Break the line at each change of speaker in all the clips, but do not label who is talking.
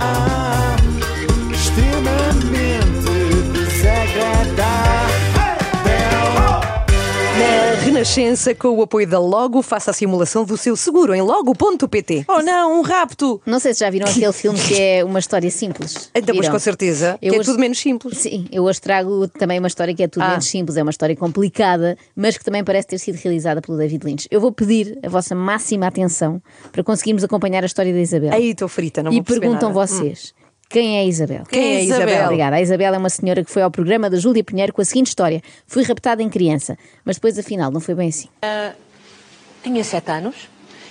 Ah, extremamente desagradável.
Na Renascença, com o apoio da Logo, faça a simulação do seu seguro em logo.pt.
Oh não, um rapto!
Não sei se já viram aquele filme que é uma história simples.
Então, pois
Viram?
com certeza, que
Eu
é
hoje-
tudo menos simples.
Sim, eu hoje trago também uma história que é tudo
Ah.
menos simples, é uma história complicada, mas que também parece ter sido realizada pelo David Lynch. Eu vou pedir a vossa máxima atenção para conseguirmos acompanhar a história da Isabel.
Aí estou frita, não
e
vou perceber
perguntam
nada.
vocês: quem é a Isabel?
Quem é a Isabel?
Obrigada. A Isabel é uma senhora que foi ao programa da Júlia Pinheiro com a seguinte história: fui raptada em criança, mas depois afinal não foi bem assim.
Tinha sete anos.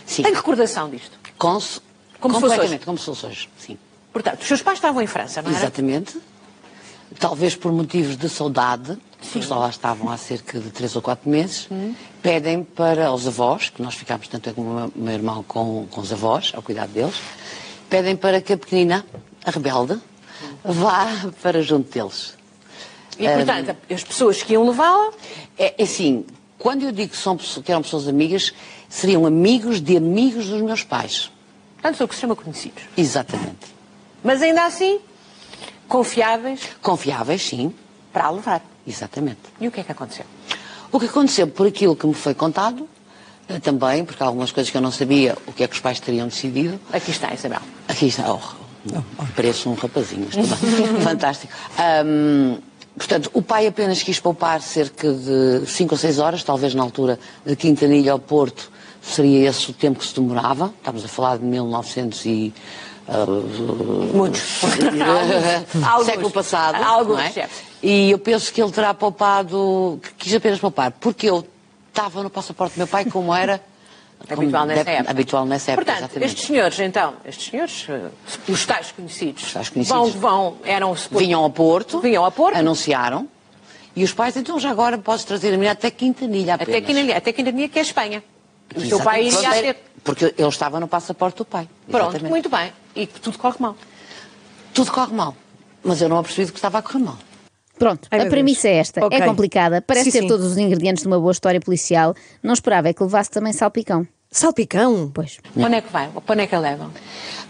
Sim.
Tem recordação disto.
Com, se-
Como se fosse
completamente,
hoje.
como se fosse hoje. Sim.
Portanto, os seus pais estavam em França, não era?
Exatamente. Talvez por motivos de saudade, porque só lá estavam há cerca de três ou quatro meses,
Hum.
pedem para os avós, que nós ficámos tanto eu como o meu- meu irmão com, com os avós, ao cuidado deles, pedem para que a pequenina, a rebelde, vá para junto deles.
E, portanto,
Um,
as pessoas que iam levá-la.
É é assim, quando eu digo que, são, pesso- que eram pessoas amigas, seriam amigos de amigos dos meus pais.
Portanto, são o que se chama conhecidos.
Exatamente.
Mas ainda assim, confiáveis
Confiáveis, sim.
para a levar.
Exatamente.
E o que é que aconteceu?
O que aconteceu por aquilo que me foi contado, eh, também, porque há algumas coisas que eu não sabia o que é que os pais teriam decidido.
Aqui está, Isabel.
Aqui está, oh, parece um rapazinho, mas também fantástico. Ahm, portanto, o pai apenas quis poupar cerca de 5 ou 6 horas, talvez na altura de Quintanilha ao Porto, seria esse o tempo que se demorava. Estamos a falar de 1900 e... ah,
Muitos. Alguns.
século passado.
Alguns,
não é?
chefe.
E eu penso que ele terá poupado, que quis apenas poupar, porque eu estava no passaporte do meu pai como era como
Habitual nessa
deve-
época.
Habitual nessa época,
Portanto,
exatamente.
estes senhores, então, estes senhores, eh, os tais conhecidos,
Os tais conhecidos.
Vão, vão, eram supo-
Vinham ao Porto.
Vinham ao Porto.
Anunciaram. E os pais, então já agora posso trazer a menina até Quintanilha apenas.
Até que, ainda- até que ainda tinha que é a Espanha. O seu
Exatamente.
pai iria a
Pronto,
ter.
Porque ele estava no passaporte do pai.
Pronto,
Exatamente.
muito bem. E que tudo corre mal.
Tudo corre mal. Mas eu não apercebi que estava a correr mal.
Pronto,
Ai,
a
meu
premissa
Deus.
é esta.
Ok.
É complicada, parece
Sim,
ter
sim.
todos os ingredientes de uma boa história policial. Não esperava é que levasse também salpicão.
Salpicão?
Pois.
Para onde é que vai? Para onde é que a levam?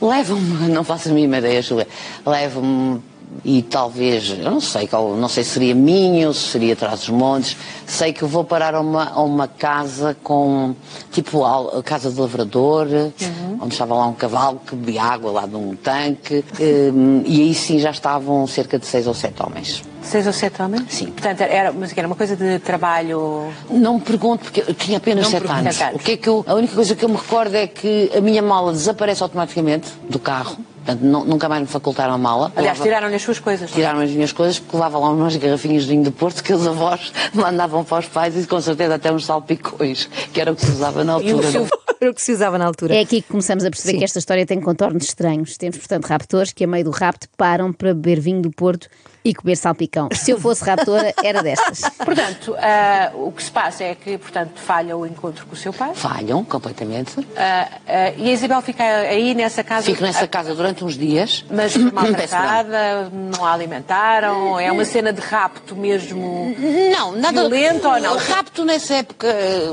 Levam-me, não faço a mínima ideia, Júlia. Levam-me e talvez, eu não sei qual, não sei se seria Minho, se seria Trás-os-Montes. Sei que vou parar a uma, a uma casa com, tipo, al- a casa de lavrador,
Uhum.
onde estava lá um cavalo que bebia água lá de um tanque. hum, e aí sim já estavam cerca de seis ou sete homens.
Seis ou sete homens?
Sim.
Portanto, era, mas que era uma coisa de trabalho.
Não me pergunto, porque eu tinha apenas
Não
sete
pergunte.
anos.
Sete anos.
O que é que eu, a única coisa que eu me recordo é que a minha mala desaparece automaticamente do carro. Portanto, nu- nunca mais me facultaram a mala.
Aliás,
Levava-
tiraram-lhe as suas coisas. não é?
Tiraram as minhas coisas porque levava lá umas garrafinhas de vinho do Porto que os avós mandavam para os pais e com certeza até uns salpicões, que era o que se usava na
E o
altura.
seu
Era o que se usava na altura.
É aqui que começamos a perceber
Sim.
que esta história tem contornos estranhos. Temos, portanto, raptores que, a meio do rapto, param para beber vinho do Porto e comer salpicão. Se eu fosse raptora, era destas.
Portanto, ah, o que se passa é que, portanto, falha o encontro com o seu pai.
Falham completamente.
Ah, ah, e a Isabel fica aí nessa casa. Ah,
Fico nessa casa durante uns dias.
Mas
Peço perdão.
maltratada, não a alimentaram, é uma cena de rapto mesmo.
Não, nada.
Violento ou não?
O rapto nessa época eh,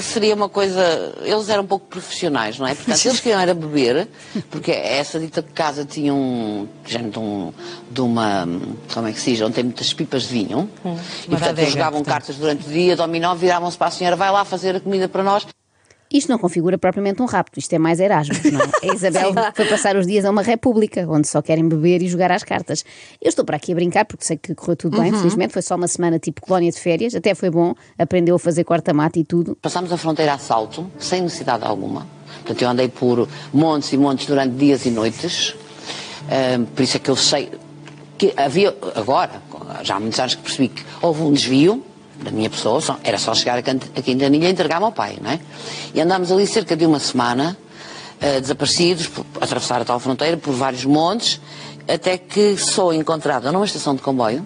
seria uma coisa. Eles eram um pouco profissionais, não é? Portanto, eles queriam era beber, porque essa dita casa tinha um. género de, um, de uma. como é que se diz? Onde tem muitas pipas de vinho.
Hum,
e portanto,
adega,
eles jogavam cartas durante o dia, dominavam, viravam-se para a senhora, vai lá fazer a comida para nós.
Isto não configura propriamente um rapto, isto é mais Erasmus, não é? A Isabel foi passar os dias a uma república, onde só querem beber e jogar às cartas. Eu estou para aqui a brincar, porque sei que correu tudo bem, felizmente. Foi só uma semana tipo colónia de férias, até foi bom, aprendeu a fazer corta-mata e tudo.
Passámos a fronteira a salto, sem necessidade alguma. Portanto, eu andei por montes e montes durante dias e noites. Ahm, por isso é que eu sei que havia, agora, já há muitos anos que percebi que houve um desvio da minha pessoa, só- era só chegar a Cant- a Quintanilha e entregar-me ao pai, não é? E andámos ali cerca de uma semana, ah, desaparecidos, por, atravessar a tal fronteira, por vários montes, até que sou encontrada numa estação de comboio,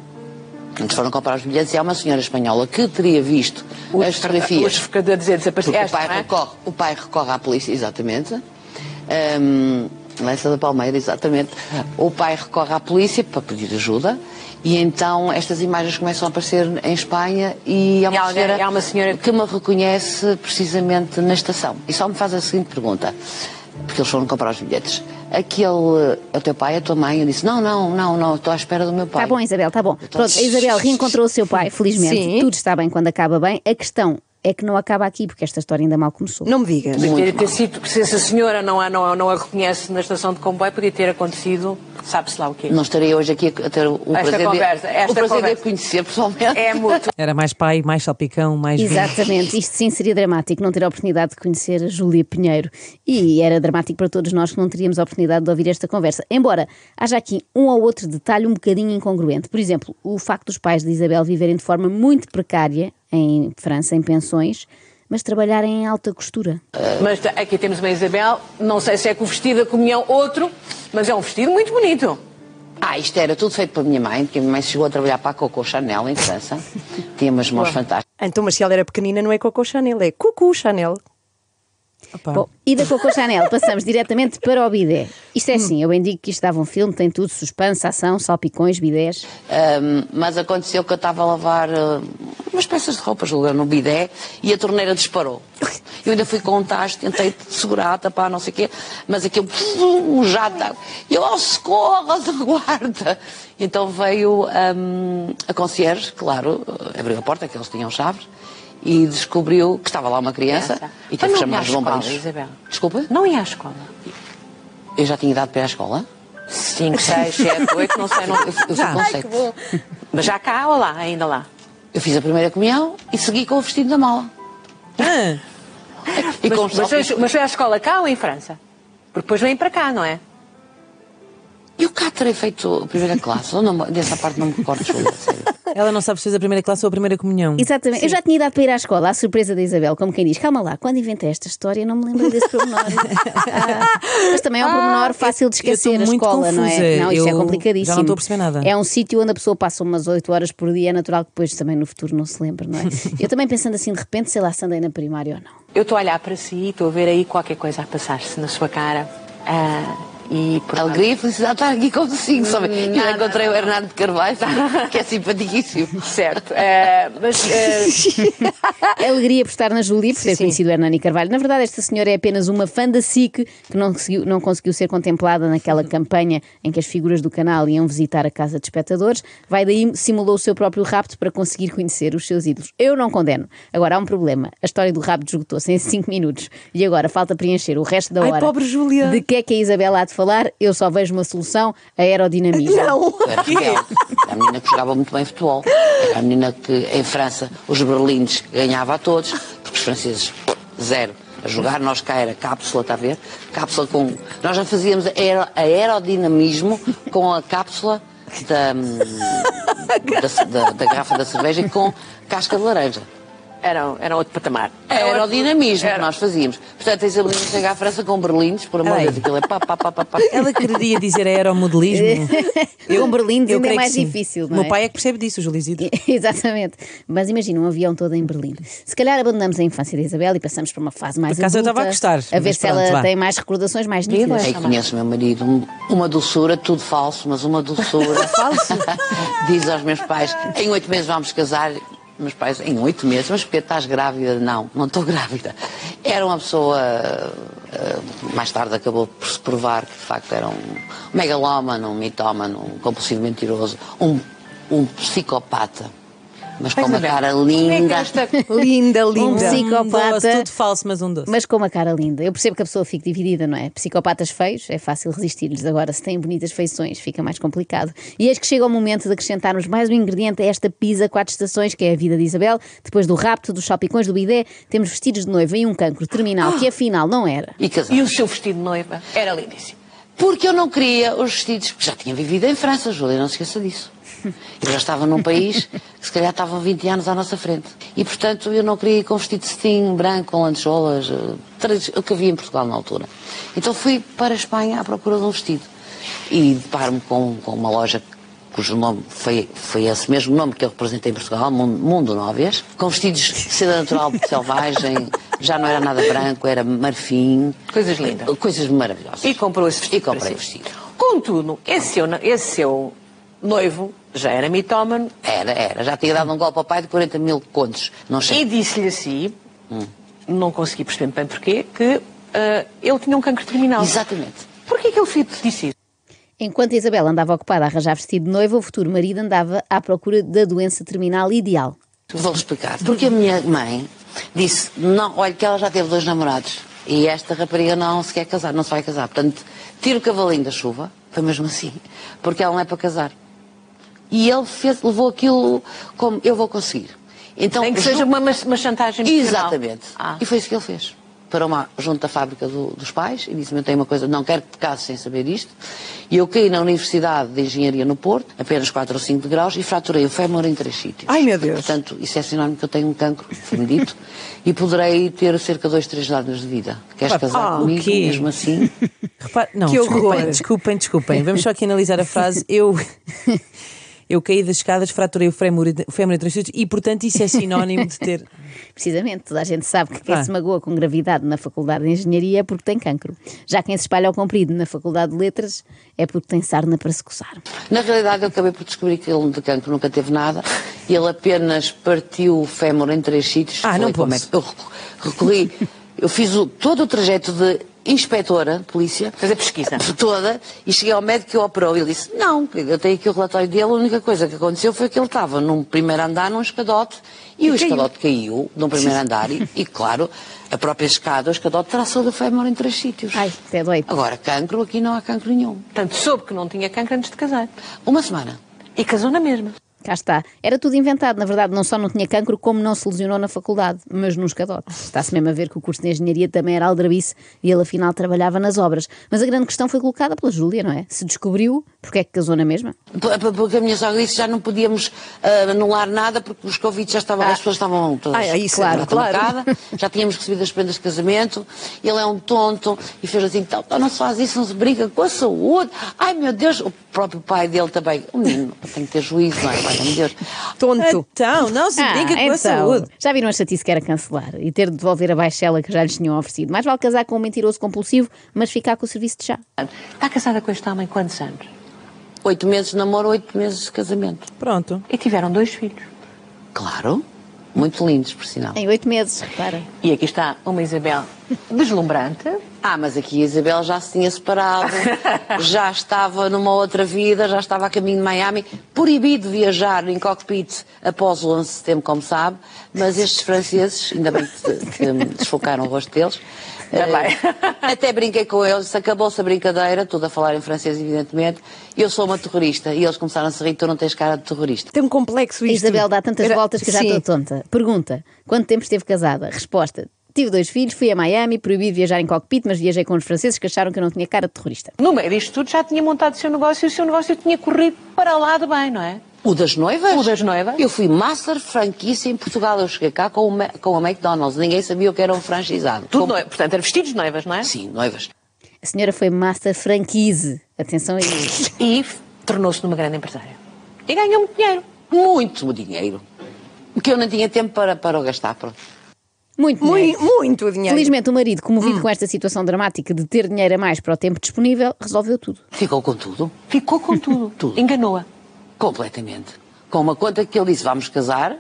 onde foram comprar os bilhetes, e há uma senhora espanhola que teria visto as fotografias.
Os ficadores a é? dizer
Porque
desapareceram.
o, pai recorre, o pai recorre à polícia, exatamente. Ahm, Lessa da Palmeira, exatamente. O pai recorre à polícia para pedir ajuda E então estas imagens começam a aparecer em Espanha e há uma,
E há alguém-
senhora,
há uma senhora
que me reconhece precisamente na estação. E só me faz a seguinte pergunta, porque eles foram comprar os bilhetes. Aquele, é o teu pai, é a tua mãe? Eu disse, não, não, não, não, estou à espera do meu pai.
Tá bom, Isabel, tá bom.
Então-
Pronto, a Isabel reencontrou o seu pai, felizmente.
Sim.
Tudo está bem quando acaba bem. A questão é que não acaba aqui, porque esta história ainda mal começou.
Não me digas.
Muito é?
Ter, ter
mal.
sido, se essa senhora não a, não, a- não a reconhece na estação de comboio, podia ter acontecido, sabe-se lá o quê.
Não estarei hoje aqui a ter o prazer,
conversa,
de,
esta
o prazer de
conversa.
a conhecer pessoalmente.
É mútuo.
Era mais pai, mais salpicão, mais vinho.
Exatamente, isto sim seria dramático, não ter a oportunidade de conhecer a Júlia Pinheiro. E era dramático para todos nós que não teríamos a oportunidade de ouvir esta conversa. Embora haja aqui um ou outro detalhe um bocadinho incongruente. Por exemplo, o facto dos pais de Isabel viverem de forma muito precária em França, em pensões, mas trabalharem em alta costura.
Mas t- aqui temos uma Isabel, não sei se é com o vestido da comunhão outro, mas é um vestido muito bonito.
Ah, isto era tudo feito pela minha mãe, porque a minha mãe chegou a trabalhar para a Coco Chanel em França. Tinha umas mãos fantásticas.
Então, mas se ela era pequenina, não é Coco Chanel, é Cucu Chanel.
Opa.
Bom, e da Coco Chanel passamos diretamente para o bidé.
Hum.
Isto é assim, eu bem digo que isto dava um filme, tem tudo, suspense, ação, salpicões, bidés.
Ahm, mas aconteceu que eu estava a lavar ah, umas peças de roupa, julga, no bidé, e a torneira disparou. Eu ainda fui com um tacho, tentei segurar, tapar, não sei o quê, mas aquilo, um jato de água. E eu, oh, socorro, oh, guarda! Então veio ahm, a concierge, claro, abriu a porta, que eles tinham chaves, e descobriu que estava lá uma criança, e
Mas
teve
não
que chamar
ia
os
à escola,
bombeiros.
Isabel.
Desculpa?
Não ia à escola.
Eu já tinha idade para ir à escola?
5, 6, 7, 8, não sei. Não,
Eu, eu fui com sete.
Mas já cá ou lá, ainda lá?
Eu fiz a primeira comunhão e segui com o vestido da mala.
Ah,
E
mas,
com
mas, foi- mas foi à escola cá ou em França? Porque depois vem para cá, não é?
Eu cá terei feito a primeira classe. ou não, dessa parte não me recordo, Júlia, sério.
ela não sabe se fez a primeira classe ou a primeira comunhão.
Exatamente. Eu já tinha idade para ir à escola, à surpresa da Isabel, como quem diz, calma lá, quando inventei esta história não me lembrei desse pormenor. Ah, mas também é um pormenor fácil de
Ah, eu- eu estou
esquecer a
muito
escola, não é?
confusa.
Não, isto é
Eu
complicadíssimo.
já não estou a perceber nada.
É um sítio onde a pessoa passa umas 8 horas por dia, é natural que depois também no futuro não se lembre, não é? Eu também pensando assim, de repente, sei lá se andei na primária ou não.
Eu estou a olhar para si e estou a ver aí qualquer coisa a passar-se na sua cara. Ah, e por
Alegria e felicidade estar aqui consigo, sabe?
Hum,
Eu encontrei o Hernando de Carvalho, que é simpaticíssimo.
Certo. ah, mas ah,
Alegria por estar na Júlia, por ter
sim.
conhecido Hernani Carvalho. Na verdade, esta senhora é apenas uma fã da SIC que não conseguiu, não conseguiu ser contemplada naquela campanha em que as figuras do canal iam visitar a casa de espectadores. Vai daí, simulou o seu próprio rapto para conseguir conhecer os seus ídolos. Eu não condeno. Agora há um problema. A história do rapto esgotou-se em 5 minutos e agora falta preencher o resto da
Ai,
hora.
pobre Júlia.
De que é que a Isabela há de falar? Eu só vejo uma solução: a aerodinamismo.
Não!
Eu Era rebelde. Era a menina que jogava muito bem futebol. Era a menina que, em França, os berlins ganhava a todos, porque os franceses, zero. A jogar, nós cá era cápsula, está a ver? Cápsula com. Nós já fazíamos aero- aerodinamismo com a cápsula da, hum, da, da- da garrafa da cerveja e com casca de laranja.
era, era outro patamar.
Aerodinamismo que
É Era.
nós fazíamos. Portanto, a Isabelina chega à França com berlins, por amor de Deus, aquilo é pá, pá, pá, pá, pá.
Ela queria dizer aeromodelismo.
Com berlindes ainda é
creio que
mais
sim.
difícil,
O
não
meu
é?
pai é que percebe disso, o Julizito.
Exatamente. Mas imagina um avião todo em Berlim. Se calhar abandonamos a infância da Isabel e passamos para uma fase mais
Por acaso eu
adulta,
estava a gostar,
A ver
mas
se
pronto,
ela
vá.
tem mais recordações, mais nítidas.
Sei É que conheço o meu marido, um- uma doçura, tudo falso, mas uma doçura. falso? Diz aos meus pais: em oito meses vamos casar. Meus pais, em oito meses, mas porque estás grávida? Não, não estou grávida. Era uma pessoa. eh, mais tarde acabou por se provar que de facto era um megalómano, um mitómano, um compulsivo mentiroso, um, um psicopata. Mas com uma
Isabel,
cara
Como é que
linda.
esta
Linda,
Um
linda.
sim. Psicopata.
doce, tudo falso, mas um doce.
Mas com uma cara linda. Eu percebo que a pessoa fica dividida, não é? Psicopatas feios, é fácil resistir-lhes. Agora, se têm bonitas feições, fica mais complicado. E eis que chega o momento de acrescentarmos mais um ingrediente a esta pizza quatro estações, que é a vida de Isabel. Depois do rapto, dos salpicões, do bidé, temos vestidos de noiva e um cancro
Ah!
terminal, que afinal não era.
E casar.
E o seu vestido de noiva era lindíssimo.
Porque eu não queria os vestidos, porque já tinha vivido em França, Júlia, não se esqueça disso. Eu já estava num país que se calhar estavam 20 anos à nossa frente. E, portanto, eu não queria ir com um vestido de cetim, branco, com lancholas, eh, tradi- o que havia em Portugal na altura. Então fui para a Espanha à procura de um vestido. E deparo-me com, com uma loja cujo nome foi, foi esse mesmo nome que eu representei em Portugal, Mun- Mundo Nóvias, com vestidos de seda natural selvagem, já não era nada branco, era marfim.
Coisas lindas.
Coisas maravilhosas.
E comprou esse vestido.
E comprei
para
o
si.
vestido.
Contudo, esse seu, esse seu noivo, já era mitómano,
Era, era. Já tinha dado um golpe ao pai de 40 mil contos. Não
e
sei.
disse-lhe assim, não consegui perceber muito bem porquê, que ah, ele tinha um cancro terminal.
Exatamente.
Porquê que ele fi- disse isso?
Enquanto a Isabela andava ocupada a arranjar vestido de noiva, o futuro marido andava à procura da doença terminal ideal.
Vou-lhe explicar. Porque a minha mãe disse, não, olha que ela já teve dois namorados e esta rapariga não se quer casar, não se vai casar. Portanto, tira o cavalinho da chuva, foi mesmo assim, porque ela não é para casar. E ele fez, levou aquilo como eu vou conseguir. Então,
Tem que
ju-
seja uma, mas- uma chantagem emocional.
Exatamente.
Ah.
E foi isso que ele fez. Parou uma junto da fábrica do- dos pais e disse-me: Eu tenho uma coisa, não quero que te cases sem saber isto. E eu caí na Universidade de Engenharia no Porto, apenas 4 ou 5 graus, e fraturei o fémur em três sítios.
Ai, meu Deus.
Portanto, isso é sinónimo que eu tenho um cancro, foi-me dito, e poderei ter cerca de 2, 3 anos de vida. Queres casar
ah, o
comigo?
quê?
Mesmo assim.
Repare, não,
Que horror.
desculpem, desculpem, desculpem. Vamos só aqui analisar a frase. Eu, eu caí das escadas, fraturei o fémur e- o fémur e três dedos e, portanto, isso é sinónimo de ter.
Precisamente, toda a gente sabe que quem
Ah.
se magoa com gravidade na Faculdade de Engenharia é porque tem cancro. Já quem se espalha ao comprido na Faculdade de Letras é porque tem sarna para se coçar.
Na realidade, eu acabei por descobrir que ele de cancro nunca teve nada. e Ele apenas partiu o fémur em três sítios.
Ah,
Falei
não
com o
posso.
médico. Eu recu- recorri, eu fiz o- todo o trajeto de inspectora de polícia.
Fazer pesquisa.
Toda. E cheguei ao médico que o operou. E ele disse, não, querido, eu tenho aqui o relatório dele. A única coisa que aconteceu foi que ele estava num primeiro andar, num escadote. E, o escadote caiu num primeiro andar. E, e, claro, a própria escada, o escadote, traçou o fémur em três sítios.
Ai, até dói.
Agora, cancro, aqui não há cancro nenhum.
Portanto, soube que não tinha cancro antes de casar.
Uma semana.
E casou na mesma.
Cá está. Era tudo inventado. Na verdade, não só não tinha cancro, como não se lesionou na faculdade, mas nos cadotes. Está-se mesmo a ver que o curso de engenharia também era aldrabice e ele afinal trabalhava nas obras. Mas a grande questão foi colocada pela Júlia, não é? Se descobriu, porque é que casou na mesma?
P- p- Porque a minha sogra disse que já não podíamos ah, anular nada porque os convites já estavam, as pessoas estavam todas
Ah, é isso,
claro,
claro.
marcada, já tínhamos recebido as prendas de casamento, ele é um tonto e fez assim, tal, tal, não se faz isso, não se briga com a saúde, ai meu Deus, o próprio pai dele também, o menino tem que ter juízo, não é? Ai, meu Deus.
Tonto.
Então, não
Ah,
se brinca com a saúde.
Já viram a chatice que era cancelar e ter de devolver a baixela que já lhes tinham oferecido. Mais vale casar com um mentiroso compulsivo, mas ficar com o serviço de chá.
Está casada com este homem quantos anos?
Oito meses de namoro, oito meses de casamento.
Pronto.
E tiveram dois filhos.
Claro, muito lindos, por sinal.
Em oito meses, repara.
E aqui está uma Isabel deslumbrante.
Ah, mas aqui a Isabel já se tinha separado, já estava numa outra vida, já estava a caminho de Miami, proibido viajar em cockpit após o 11 de setembro, como sabe, mas estes franceses, ainda bem que, que me desfocaram o rosto deles,
Ainda Tá bem.
eh, até brinquei com eles, acabou-se a brincadeira, tudo a falar em francês, evidentemente, eu sou uma terrorista, e eles começaram a se rir, tu não tens cara de terrorista.
Tem um complexo
A
isto.
Isabel dá tantas
Era-
voltas que eu já
Sim.
estou tonta. Pergunta: quanto tempo esteve casada? Resposta: tive dois filhos, fui a Miami, proibi viajar em cockpit, mas viajei com os franceses que acharam que eu não tinha cara de terrorista.
No meio disto tudo já tinha montado o seu negócio e o seu negócio tinha corrido para lá de bem, não é?
O das noivas?
O das noivas.
Eu fui master franquista em Portugal, eu cheguei cá com, uma, com a McDonald's, ninguém sabia o que era um franchisado.
Tudo
Como-
noiva. Portanto, era vestidos de noivas, não é?
Sim, noivas.
A senhora foi master franquise. Atenção a isso.
E f- tornou-se numa grande empresária. E ganhou muito dinheiro.
muito dinheiro. Que eu não tinha tempo para, para o gastar. Pronto.
Muito, dinheiro.
Muito, muito dinheiro. Hum.
Felizmente, o marido, comovido com esta situação dramática de ter dinheiro a mais para o tempo disponível, resolveu tudo.
Ficou com tudo,
Ficou com tudo.
Tudo.
Enganou-a.
completamente. Com uma conta que ele disse: vamos casar,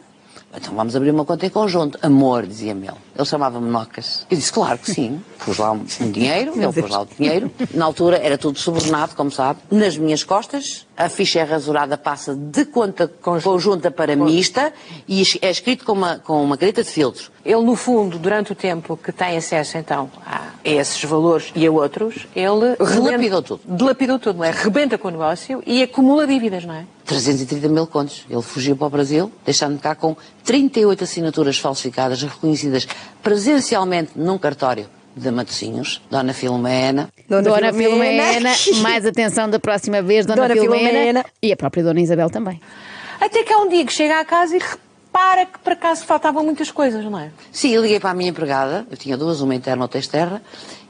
então vamos abrir uma conta em conjunto. Amor, dizia-me ele. Ele chamava-me Nocas. Eu disse: claro que sim. Pus lá um, um dinheiro, ele pôs lá o dinheiro. Na altura era tudo subornado, como sabe. Nas minhas costas, a ficha é rasurada, passa de conta conjunta para mista e es- é escrito com uma, com uma caneta de filtro.
Ele, no fundo, durante o tempo que tem acesso, então, a esses valores e a outros, ele...
Dilapidou tudo.
Dilapidou tudo, não é? Rebenta com o negócio e acumula dívidas, não é?
330 mil contos. Ele fugiu para o Brasil, deixando-me cá com 38 assinaturas falsificadas, reconhecidas presencialmente num cartório de Matosinhos, Dona Filomena.
Dona, Filomena.
mais atenção da próxima vez, Dona,
Dona
Filomena.
Filomena.
E a própria Dona Isabel também.
Até que há um dia que chega à casa e repara que, por acaso, faltavam muitas coisas, não é?
Sim, eu liguei para a minha empregada, eu tinha duas, uma interna, outra externa,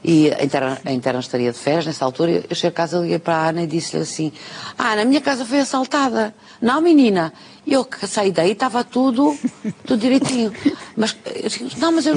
e a interna, a interna estaria de férias nessa altura. Eu cheguei a casa, liguei para a Ana e disse-lhe assim: Ah, na minha casa foi assaltada. Não, menina. E eu que saí daí, estava tudo, tudo direitinho. Mas eu disse: Não, mas eu.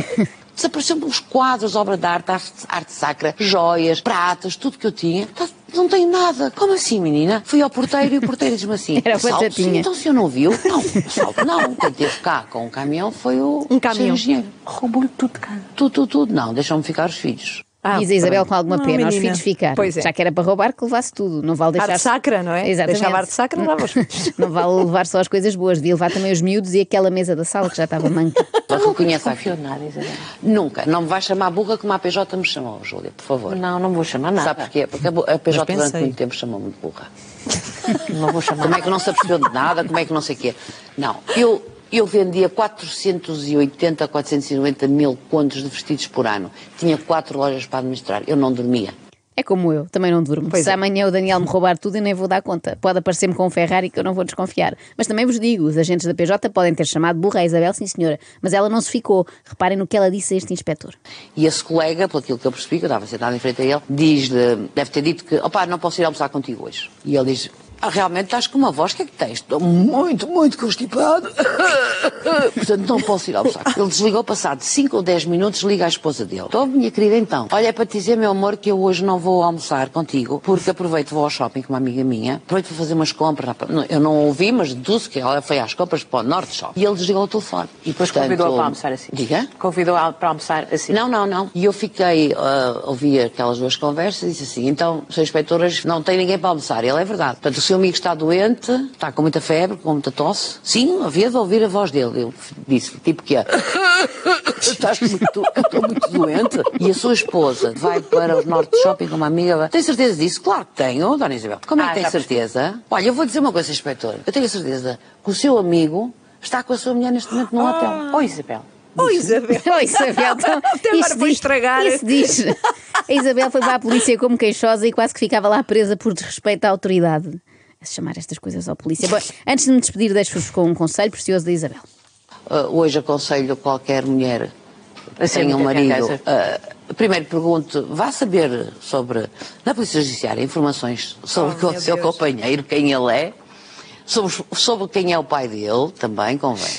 Desapareceram os quadros, obra de arte, arte, arte sacra, joias, pratas, tudo que eu tinha. Tá- Não tenho nada. Como assim, menina? Fui ao porteiro e o porteiro disse-me assim:
Era
salto,
batatinha.
sim, Então o senhor não viu? Não, salto não. Quem teve cá com um caminhão foi o
Um caminhão.
seu engenheiro. Roubou-lhe tudo, cara. Tudo, tudo, tudo. Não, deixou-me ficar os filhos.
Ah,
Diz a Isabel com alguma
Não,
pena, os
menina.
filhos ficaram.
Pois é.
Já que era para roubar, que levasse tudo. Não vale deixar.
Arte sacra, não é?
Exatamente.
Deixava arte sacra, leva os filhos.
Não vale levar só as coisas boas, devia levar também os miúdos e aquela mesa da sala que já estava manca.
Então,
Mas reconheço aqui.
Desconfio de nada, Isabel.
Nunca. Não me vai chamar burra como a PJ me chamou, Júlia, por favor.
Não, não vou chamar nada.
Sabe porquê? Porque a bu- a PJ
pensei.
durante muito tempo chamou-me de burra.
Não vou chamar
Como é que não se apercebeu de nada? Como é que não sei o quê? Não, eu, eu vendia 480, 490 mil contos de vestidos por ano. Tinha quatro lojas para administrar. Eu não dormia.
É como eu, também não durmo. Se
é.
amanhã o Daniel me roubar tudo, eu nem vou dar conta. Pode aparecer-me com um Ferrari que eu não vou desconfiar. Mas também vos digo: os agentes da PJ podem ter chamado burra a Isabel, sim senhora, mas ela não se ficou. Reparem no que ela disse a este inspetor.
E esse colega, pelo aquilo que eu percebi, que eu estava sentada em frente a ele, diz-lhe, deve ter dito que, opá, não posso ir almoçar contigo hoje. E ele diz, ah, realmente estás com uma voz, o que é que tens? Estou muito, muito constipado. Portanto, não posso ir almoçar. Ele desligou, passado 5 ou 10 minutos, liga à esposa dele. Estou, minha querida, então, olha, é para te dizer, meu amor, que eu hoje não vou almoçar contigo, porque aproveito, vou ao shopping com uma amiga minha, aproveito para fazer umas compras. rapaz." Não, Eu não ouvi, mas deduzo que ela foi às compras para o Norte Shopping. E ele desligou o telefone. E
Depois convidou-a para almoçar assim.
Diga?
Convidou-a para almoçar assim.
Não, não, não. E eu fiquei ah, a ouvir aquelas duas conversas e disse assim: então, Sr. inspectoras, não tem ninguém para almoçar. Ele é verdade. Portanto, o seu amigo está doente, está com muita febre, com muita tosse. Sim, havia de ouvir a voz dele. Eu disse tipo que é. Estás muito, eu estou muito doente. E a sua esposa vai para o Norte Shopping com uma amiga. Tem certeza disso? Claro que tenho, Dona Isabel. Como é
Ah,
que tem
já percebi.
certeza? Olha, eu vou dizer uma coisa, inspetor. Eu tenho a certeza que o seu amigo está com a sua mulher neste momento num hotel.
Oh, Isabel.
Oh, Isabel!
Oh, Isabel, então,
Até agora
isso
vou
diz-
estragar.
Isso diz. A Isabel foi para a polícia como queixosa e quase que ficava lá presa por desrespeito à autoridade. A chamar estas coisas à polícia. Bom, antes de me despedir, deixo-vos com um conselho precioso da Isabel.
Uh, hoje aconselho qualquer mulher que
Assim,
tenha um
mulher que
marido.
é
uh, primeiro pergunto, vá saber sobre, na Polícia Judiciária, informações sobre o seu companheiro, quem ele é, sobre, os- sobre quem é o pai dele, também convém,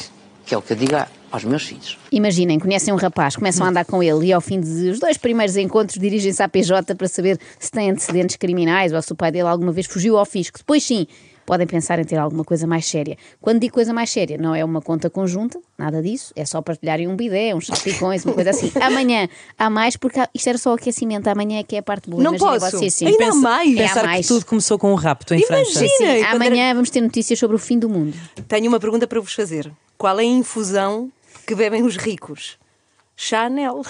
que é o que eu digo a- aos meus filhos.
Imaginem, conhecem um rapaz, começam a andar com ele e ao fim dos dois primeiros encontros dirigem-se à PJ para saber se tem antecedentes criminais ou se o pai dele alguma vez fugiu ao fisco. Depois sim, podem pensar em ter alguma coisa mais séria. Quando digo coisa mais séria, não é uma conta conjunta, nada disso, é só partilharem um bidé, uns salpicões, uma coisa assim. Amanhã há mais, porque há- isto era só o aquecimento, amanhã é que é a parte boa.
Não
Imaginem
posso.
vocês, sim.
Ainda
Pensa-
há mais.
É, há
Pensar
Pensar
mais.
que tudo começou com um rapto em França.
Imagina!
Sim,
E quando
amanhã vamos ter notícias sobre o fim do mundo.
Tenho uma pergunta para vos fazer. Qual é a infusão que bebem os ricos? Chanel.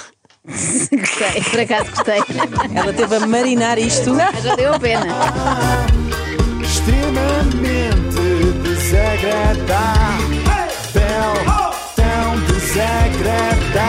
Gostei, por acaso gostei.
Ela teve a marinar isto.
Já deu a pena.
extremamente desagradável, tão desagradável.